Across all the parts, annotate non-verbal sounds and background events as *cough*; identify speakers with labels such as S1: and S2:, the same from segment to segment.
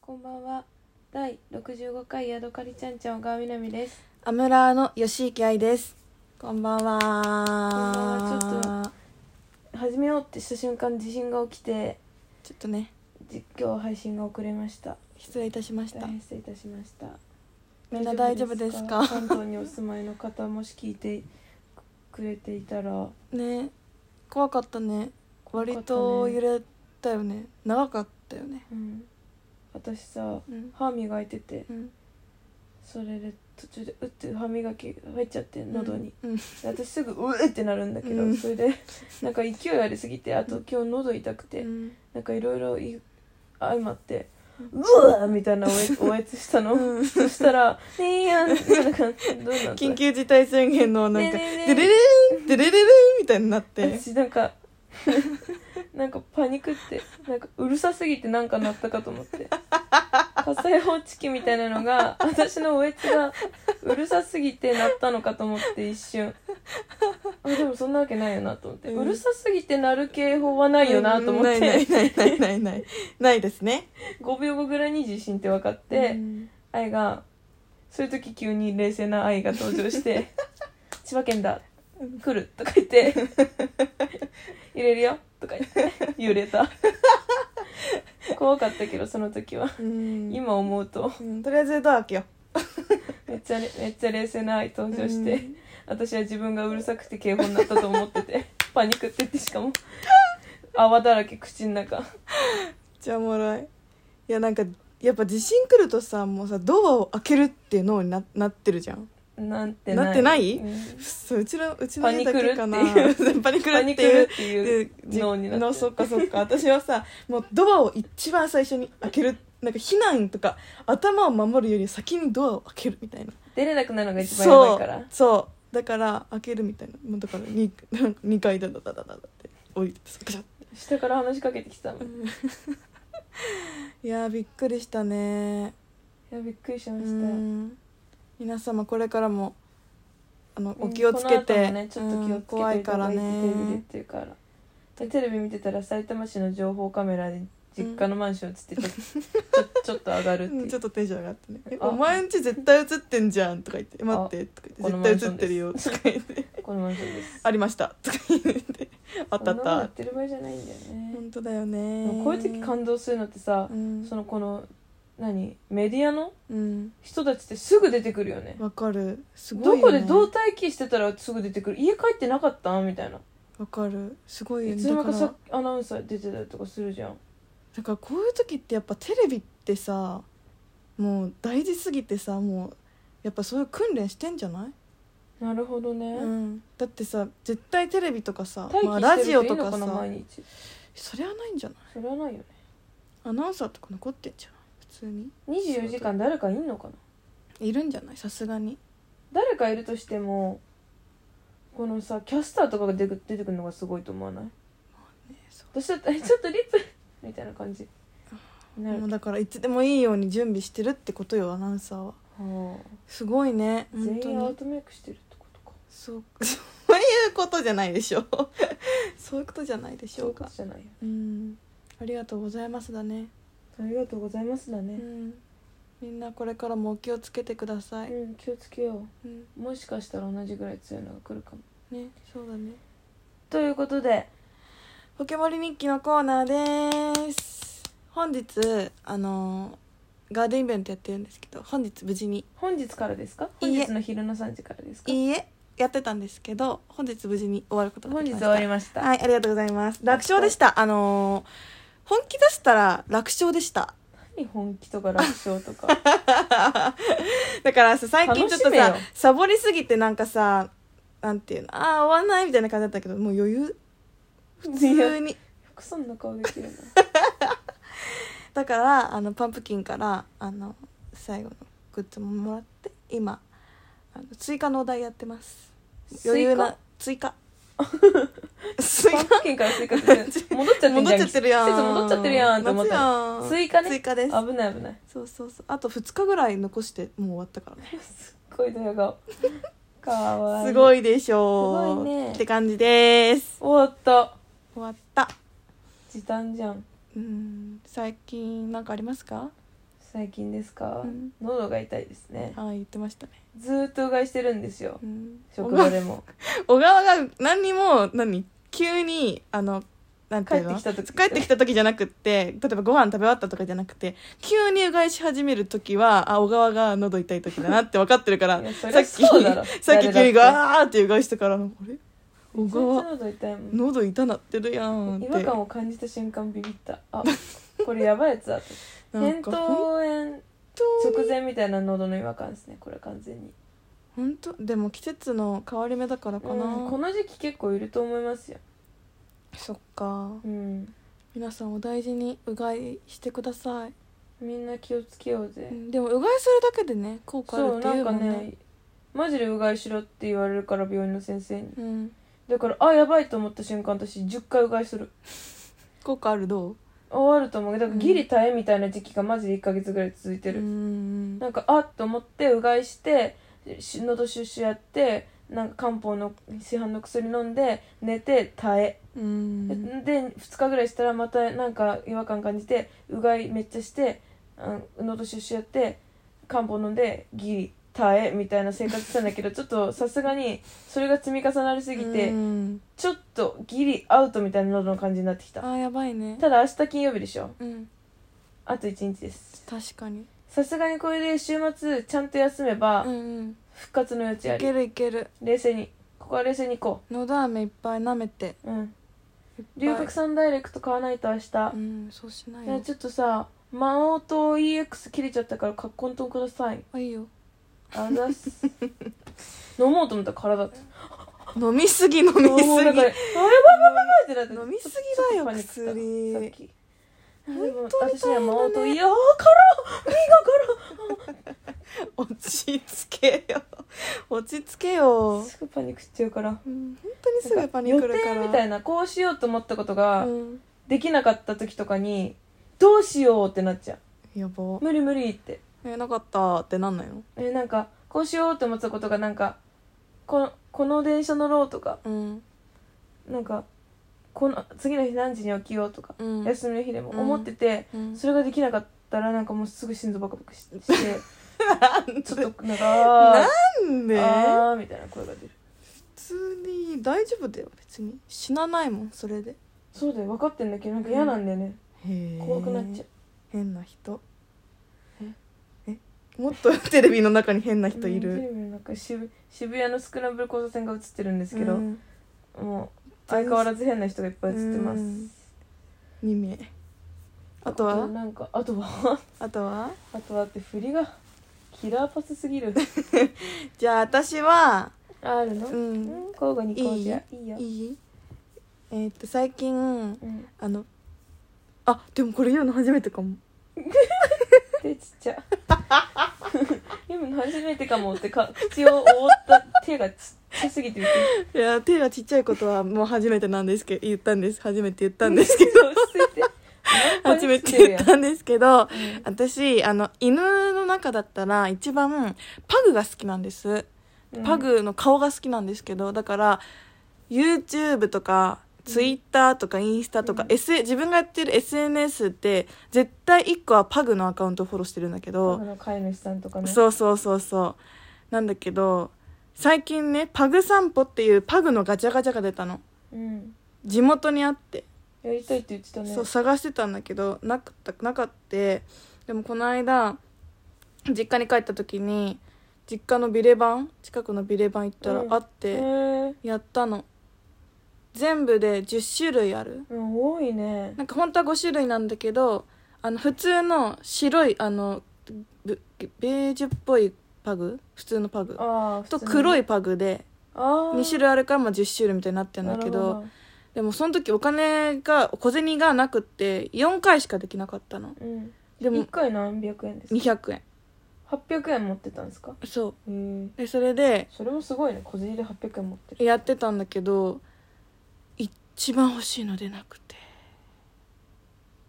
S1: こんばんは。第65回ヤドカリちゃんちゃん小川みなみです。
S2: アムラーの吉池愛です。こんばんは。
S1: んばんは始めようってした瞬間地震が起きて
S2: ちょっとね、
S1: 実況配信が遅れました。
S2: 失礼いたしまし
S1: 大
S2: た。
S1: 変失礼いたしました。
S2: みんな大丈夫ですか
S1: 関東にお住まいの方もし聞いてくれていたら
S2: ね、怖かったね。
S1: かったね
S2: 割と揺れたよね。長かったよね。
S1: うん、私さ
S2: うん。
S1: 歯磨いてて
S2: うん
S1: それで途中でうって歯磨き入っちゃって喉に、。
S2: うん。
S1: で私すぐうえってなるんだけど、
S2: うん
S1: それでなんか勢いありすぎてあと今日喉痛くて、
S2: うん
S1: なんかいろいろい相まって「
S2: う
S1: うわ!」みたいな
S2: *laughs*
S1: おえおえつしたの、
S2: うん
S1: そしたら「ねえやん」みたいな感じでどうなった
S2: 緊急事態宣言のなんか、
S1: ねえねえねえ
S2: デレレン、デレレレンみたいになって。
S1: 私なんか *laughs* なんかパニックってなんかうるさすぎてなんか鳴ったかと思って火災報知器みたいなのが私のおえつがうるさすぎて鳴ったのかと思って一瞬あでもそんなわけないよなと思って、う
S2: うん
S1: るさすぎて鳴る警報はないよなと思って、
S2: うんないないないないない。ないですね。
S1: 5秒後ぐらいに地震って分かって、
S2: うん
S1: 愛がそういう時急に冷静な愛が登場
S2: *laughs*
S1: して「千葉県だ来る」とか言って「揺れるよ」とか言って揺れた怖かったけどその時は
S2: うん
S1: 今思うと
S2: うんとりあえずドア開けよ
S1: めっちゃれめっちゃ冷静な愛
S2: う。
S1: 登場して、私は自分がうるさくて警報になったと思って
S2: *laughs*
S1: てパニックってってしかも泡だらけ口の中
S2: めっちゃおもろいいやなんかやっぱ地震来るとさもうさドアを開けるっていう脳にななってるじゃん
S1: なんてない
S2: なってない
S1: うん
S2: そううちのうちの家だ
S1: パニクル
S2: け
S1: って
S2: かな
S1: いう
S2: *laughs* パニク
S1: パ
S2: ル
S1: ニ
S2: っ
S1: ック
S2: ていう
S1: っていう
S2: で
S1: 脳になって
S2: のそっかそっか私はさもうドアを一番最初に開けるなんか避難とか頭を守るより先にドアを開けるみたいな
S1: 出れなくなるのが一番やば
S2: そ
S1: いから
S2: うそうだから開けるみたいなもうだから *laughs* 2, 2階だだだだだだって降りてさガシャッ
S1: 下から話しかけてきたの、い
S2: いやーびっくりしたね
S1: やびっくりしました、
S2: うん皆様これからもあの
S1: うん
S2: お気をつけ
S1: この後
S2: て
S1: もねちょっと気をつけて
S2: 怖いから
S1: テレビでっ
S2: ね
S1: ていうからでテレビ見てたらさいたま市の情報カメラで実家のマンション映ってちょ,、ちょ *laughs* ちょっと上がるって
S2: う
S1: い
S2: ん
S1: う
S2: ちょっとテンション上がってね「え
S1: あ
S2: お前んち絶対映ってんじゃん」とか言って「待って」とか
S1: この
S2: 言っ
S1: マ
S2: て
S1: ン
S2: 「絶
S1: ショ
S2: 対
S1: ン
S2: 映ってるよ」
S1: で
S2: とか言って
S1: すこのマンションで
S2: 「
S1: す
S2: あり
S1: *laughs*
S2: ました」とか言って「あったあっ
S1: こんなのやったてる場合じゃないんだよ」ね
S2: 本当だよ
S1: で
S2: ね
S1: もこういう時感動するのってさ
S2: う、ん
S1: そのこの何メディアの
S2: うん
S1: 人たちってすぐ出てくるよね
S2: わかるすご
S1: ど
S2: い
S1: こ
S2: よ
S1: で
S2: ね
S1: どう待機してたらすぐ出てくる家帰ってなかったみたいな
S2: わかるすごいよ
S1: い
S2: ね
S1: つの間に
S2: だか
S1: からさアナウンサー出てたりとかするじゃん
S2: だからこういう時ってやっぱテレビってさもう大事すぎてさもうやっぱそういう訓練してんじゃない
S1: なるほどね、
S2: うん、だってさ絶対テレビとかさ、
S1: 待
S2: まあ、
S1: 機し
S2: ラ
S1: て
S2: ジ
S1: る
S2: オ
S1: といい
S2: と
S1: の
S2: か
S1: かな、
S2: さ
S1: 毎日
S2: それはないんじゃない
S1: それはないよね
S2: アナウンサーとか残ってんじゃない普通に
S1: 24時間誰かいんのかない
S2: るんじゃないさすがに
S1: 誰かいるとしてもこのさキャスターとかが出てく出てくるのがすごいと思わない
S2: ねそう
S1: 私だったらえちょっとリップみたいな感じになる
S2: もうだからいつでもいいように準備してるってことよアナウンサーは
S1: はあ
S2: すごいね
S1: 全
S2: 本当
S1: 員アウ
S2: に
S1: トメイクしてるってことか
S2: そう *laughs* そういうことじゃないでしょ *laughs* そういうことじゃないでし
S1: そ
S2: ょ
S1: ういううこ
S2: か
S1: とじゃないよ
S2: うんありがとうございますだね
S1: ありがとうございますだ
S2: う
S1: ね、
S2: んみんなこれからもお気をつけてください、
S1: うん、気をつけよ
S2: うん、
S1: うもしかしたら同じぐらい強いのが来るかも
S2: ねそうだね
S1: ということで
S2: ポケモリ日記のコーナーです本日あのーガーデンイベントやってるんですけど本日無事に
S1: 本日からですか
S2: い
S1: 本
S2: いえ
S1: 日の昼の3時からですか
S2: いいえやってたんですけど本日無事に終わることが
S1: 本
S2: で
S1: 日
S2: きま
S1: 終
S2: した
S1: わりました、
S2: はいありがとうございます楽勝でしたあのー本気出したら楽勝でした *laughs*
S1: 何本気とか楽勝とか
S2: だからさ最近ちょっ
S1: 楽し
S2: と
S1: めよ
S2: さサボりすぎてなんかさなんていうのああ終わんないみたいな感じだったけどもう余裕
S1: 普
S2: *laughs* 普通に
S1: クソんな顔できるな
S2: だからあのパンプキンからあの最後のグッズももらって今あの追加のお題やってます余裕な
S1: *laughs*
S2: 追加追
S1: パ
S2: 加
S1: ンプキンからスイカって戻っちゃってんじゃん
S2: 戻っちゃってるやん
S1: 季節戻っちゃってるやんと思ったら
S2: 待つやん
S1: 追加ね
S2: 追加です
S1: 危ない危ない
S2: そうそうそうあと2日ぐらい残してもう終わったからね
S1: すっごいドヤ顔かわいい
S2: すごいでしょ
S1: すごいね
S2: って感じです
S1: 終わった
S2: 終わった
S1: 時短じゃん
S2: うん最近なんかありますか
S1: 最近ですか、
S2: うん
S1: 喉が痛いですね
S2: ああ言ってましたね、
S1: ずーっとうがいしてるんですよ
S2: うん、
S1: 職場で
S2: *laughs*
S1: も
S2: 小川が何にも何急にあのなんて
S1: 帰
S2: い
S1: っ
S2: う
S1: て
S2: の
S1: きた時
S2: 帰ってきた時じゃなくって例えばご飯食べ終わったとかじゃなくて急にうがいし始める時はあ小川が喉痛い時だなって分かってるか
S1: *laughs*
S2: ら
S1: いやそり
S2: さ
S1: ゃ
S2: っき
S1: そうだろ
S2: さっき急に
S1: 誰だ
S2: ガーってうがいしてからあれ小
S1: めちゃめちゃ
S2: 川
S1: 喉痛いもん
S2: 喉痛なってるやんって
S1: 違和感を感じた瞬間ビビったあこれやばいやつだと
S2: なん
S1: 扁
S2: か
S1: 桃
S2: 本
S1: 炎
S2: 当に
S1: 直前みたいな喉の違和感ですねこれ完全に、
S2: 本当でも季節の変わり目だからかな、
S1: うんこの時期結構いると思いますよ、
S2: そっか
S1: うん、
S2: 皆さんお大事にうがいしてください、
S1: みんな気をつけようぜ、
S2: うんでもうがいするだけでね効果あ
S1: そ
S2: る
S1: う
S2: って
S1: ないん
S2: う
S1: か
S2: もんね
S1: ねマジでうがいしろって言われるから病院の先生に
S2: うん、
S1: だからあやばいと思った瞬間私10回うがいする
S2: 効果あるどう
S1: ああると思うけどだからギリ耐えみたいな時期がマジで1ヶ月ぐらい続いてる、
S2: うん
S1: なんかあっと思ってうがいしてし喉シュッシュやってなんか漢方の市販の薬飲んで寝て耐え、
S2: うん
S1: で2日ぐらいしたらまたなんか違和感感じてうがいめっちゃしてあ喉シュッシュやって漢方飲んでギリ耐えみたいな生活したんだ
S2: *laughs*
S1: けどちょっとさすがにそれが積み重なりすぎて、
S2: うん
S1: ちょっとギリアウトみたいな喉の感じになってき
S2: あ
S1: た
S2: ーやばいね
S1: ただ明日金曜日でしょ
S2: うん
S1: あと1日です
S2: 確かに
S1: さすがにこれで週末ちゃんと休めば、
S2: うんうん
S1: 復活の余地あ
S2: い
S1: り
S2: けるいける
S1: 冷静にここは冷静に行こ
S2: のど飴いっぱい舐めて
S1: ううん
S2: いっぱい
S1: 龍角散ダイレクト買わないと明日
S2: う、んそうしない
S1: いや
S2: よ
S1: ちょっとさ魔王と EX 切れちゃったからカッコンとください
S2: あいいよ
S1: あざっす
S2: *laughs*
S1: 飲もうと思ったら体って
S2: 飲みすぎ飲みすぎ
S1: もうなんかあやばいやばいやばいってなって
S2: 飲みすぎだ
S1: ちょっ
S2: よ
S1: とパニックったさっ
S2: 薬
S1: き
S2: 本当に
S1: 私には
S2: 大変だね
S1: 魔王といやーから
S2: 落ち着けよ落ち着け *laughs* よ、
S1: すぐパニックしちゃうから
S2: うん、本当にすぐパニック
S1: な
S2: る
S1: んか
S2: か
S1: 予
S2: ら
S1: 定みたいなこうしようと思ったことが
S2: うん、
S1: できなかった時とかにどうしようってなっちゃ
S2: やば
S1: う無理無理って
S2: えなかったってなんないの
S1: えなんかこうしようって思ってたことがなんかこのこの電車乗ろうとか
S2: うん
S1: なんかこの次の日何時に起きようとか、
S2: うん
S1: 休みの日でも
S2: うん
S1: 思ってて、
S2: うん
S1: それができなかったらなんかもうすぐ心臓バクバクしし
S2: *laughs*
S1: て
S2: なん
S1: ちょっとなんかあ
S2: なん
S1: ー
S2: で
S1: あーみたいな声が出る
S2: 普通に大丈夫だよ別に死なないもんそれで
S1: そうだよ分かってんだけどなんか嫌なんだよね、怖くなっちゃ
S2: う
S1: う
S2: 変な人えもっ *laughs* とテレビの中に変な人い
S1: うんテ
S2: る
S1: レビの中渋渋谷のスクランブル交差点が映ってるんですけど、
S2: うん
S1: もう相変わらず変な人がいっぱい映ってます、
S2: うん2名あとは
S1: なんかあとは
S2: あとは
S1: あとだって振りがキラーパスす
S2: *laughs*
S1: ぎる
S2: じゃあ私は
S1: あるの、
S2: う
S1: うん、
S2: ん
S1: 交互にこうじゃいいよ
S2: いいえーっと最近
S1: うん、
S2: あのあでもこれ言うの初めてかも
S1: 手ちっちゃ *laughs* 読むの初めてかもってか口を覆った手がちっちゃすぎてびっくり
S2: いや手がちっちゃいことはもう初めてなんですけど言ったんです初めて言ったんですけど *laughs*
S1: そう捨てて
S2: 初めて言ったんですけ
S1: う
S2: ど
S1: ん
S2: 私あの犬の中だったら一番パグが好きなんです
S1: うん
S2: パグの顔が好きなんですけどだから YouTube とか Twitter とかインスタとか、
S1: うん
S2: S 自分がやってる SNS って絶対1個はパグのアカウントをフォローしてるんだけ
S1: パ
S2: ど
S1: グの飼い主さんとかね
S2: そうそうそうそうなんだけど最近ねパグ散歩っていうパグのガチャガチャが出たの
S1: うん
S2: 地元にあって
S1: やりたいって言ってたね
S2: そう探してたんだけどなかったなかってでもこの間実家に帰った時に実家のビレバン近くのビレバン行ったら
S1: うん
S2: あっ
S1: へ
S2: て
S1: ー
S2: やったの、全部で10種類ある
S1: うん多いね
S2: なんか本当は5種類なんだけどあの普通の白いあのぶベージュっぽいパグ普通のパグ
S1: ああ
S2: と黒
S1: い
S2: いパグで
S1: あ
S2: 2種
S1: 類
S2: 類あるからまあ10種類みたいになってるんだけどでもその時お金が小銭がなくって4回しかできなかったの
S1: うん
S2: でも
S1: 一回何百円ですか
S2: 200円
S1: 800円持ってたんですか
S2: そう
S1: へえ
S2: でそれで
S1: それもすごいね小銭で800円持ってる
S2: やってたんだけど一番欲しいの出なくて、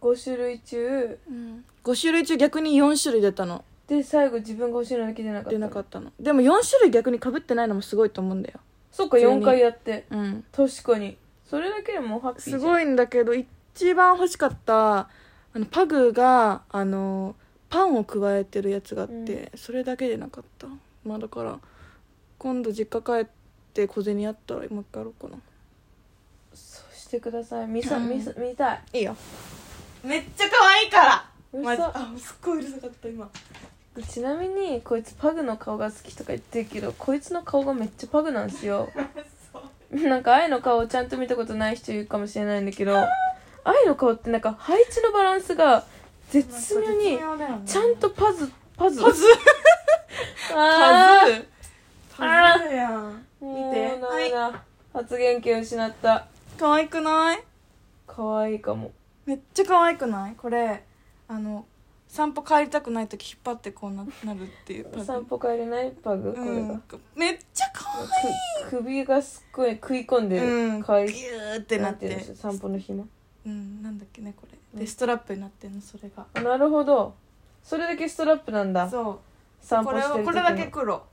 S1: 5種類中
S2: うん、5種類中逆に4種類出たの
S1: で最後自分が欲しいのだけ出なかった
S2: 出なかったのでも4種類逆にかぶってないのもすごいと思うんだよ
S1: そっか
S2: 普通に
S1: 4回やって
S2: うん
S1: 確かにそれだけでもうハッピーじゃ
S2: す
S1: ん
S2: ごいんだけど一番欲しかったあのパグがあのパンを加えてるやつがあって、
S1: う
S2: それだけでなかったまあだから今度実家帰って小銭あったらもう一回やろうかな
S1: そうしてください見さ、
S2: うん
S1: 見さ見たい
S2: いいよめっちゃ可愛いから
S1: 嘘
S2: マジあすっごいうるさかった今
S1: ちなみにこいつパグの顔が好きとか言ってるけどこいつの顔がめっちゃパグなんです
S2: *laughs*
S1: よなんか愛の顔をちゃんと見たことない人いるかもしれないんだけど愛の顔ってなんか配置のバランスが絶妙にちゃんとパズパズ
S2: パズ
S1: *laughs* あー
S2: パズルやん
S1: もう
S2: 見て
S1: ダメだ、発言権失った
S2: 可愛くない
S1: 可愛いかも
S2: めっちゃ可愛くないこれあの散歩帰りたくない時引っ張ってこうななるっていうパズル
S1: 散歩帰れないパグこれが、
S2: うん、めっちゃ可
S1: く首がすっごい食い込んで
S2: 愛い、う
S1: る、
S2: ん、
S1: かわい
S2: ギ
S1: い
S2: ューってなって
S1: んいうの散歩の暇
S2: うんなんだっけねこれ、
S1: う
S2: で
S1: ん
S2: ストラップになってんのそれが
S1: あなるほどそれだけストラップなんだ
S2: そ
S1: 散
S2: うこ
S1: 歩
S2: れ
S1: して
S2: は
S1: る時の
S2: これだけ黒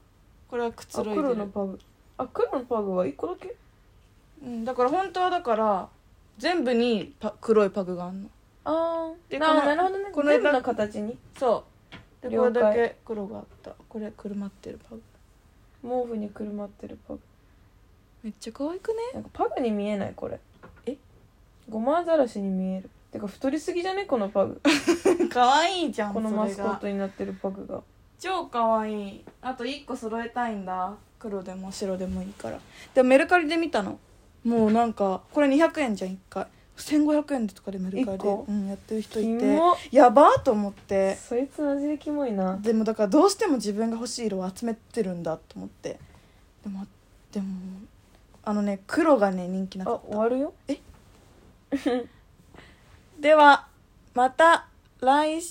S2: これはくつ
S1: あ
S2: ろいで
S1: 黒の
S2: る、
S1: パグあ黒のパグは一個だけ
S2: うん、だから本当はだから全部にパ黒いパグがあんの
S1: ああ
S2: で
S1: な
S2: この
S1: なるほどね
S2: この
S1: 全部の形に
S2: そうでこ
S1: 了
S2: れ
S1: 解
S2: だけ黒があったこれくるまってるパグ
S1: 毛布にくるまってるパグ
S2: めっちゃ可愛くね
S1: なんかパグに見えないこれ
S2: え
S1: ゴマアザラシに見えるてか太りすぎじゃねこのパグ
S2: 可愛いじゃん
S1: このマスコッ
S2: それが
S1: トになってるパグが
S2: 超可愛いあと1個揃えたいんだ黒でも白でもいいからでもメルカリで見たのもうなんかこれ200円じゃん1回1500円でとかでメルカリ
S1: 一
S2: で、
S1: 個
S2: うん、やってる人
S1: キ
S2: いて
S1: モ
S2: やばーと思って
S1: そいつマジでキモいな
S2: でもだからどうしても自分が欲しい色を集めてるんだと思ってでもでもあのね黒がね人気なか
S1: あ
S2: っ
S1: 終
S2: た
S1: わるよ
S2: ではまた来週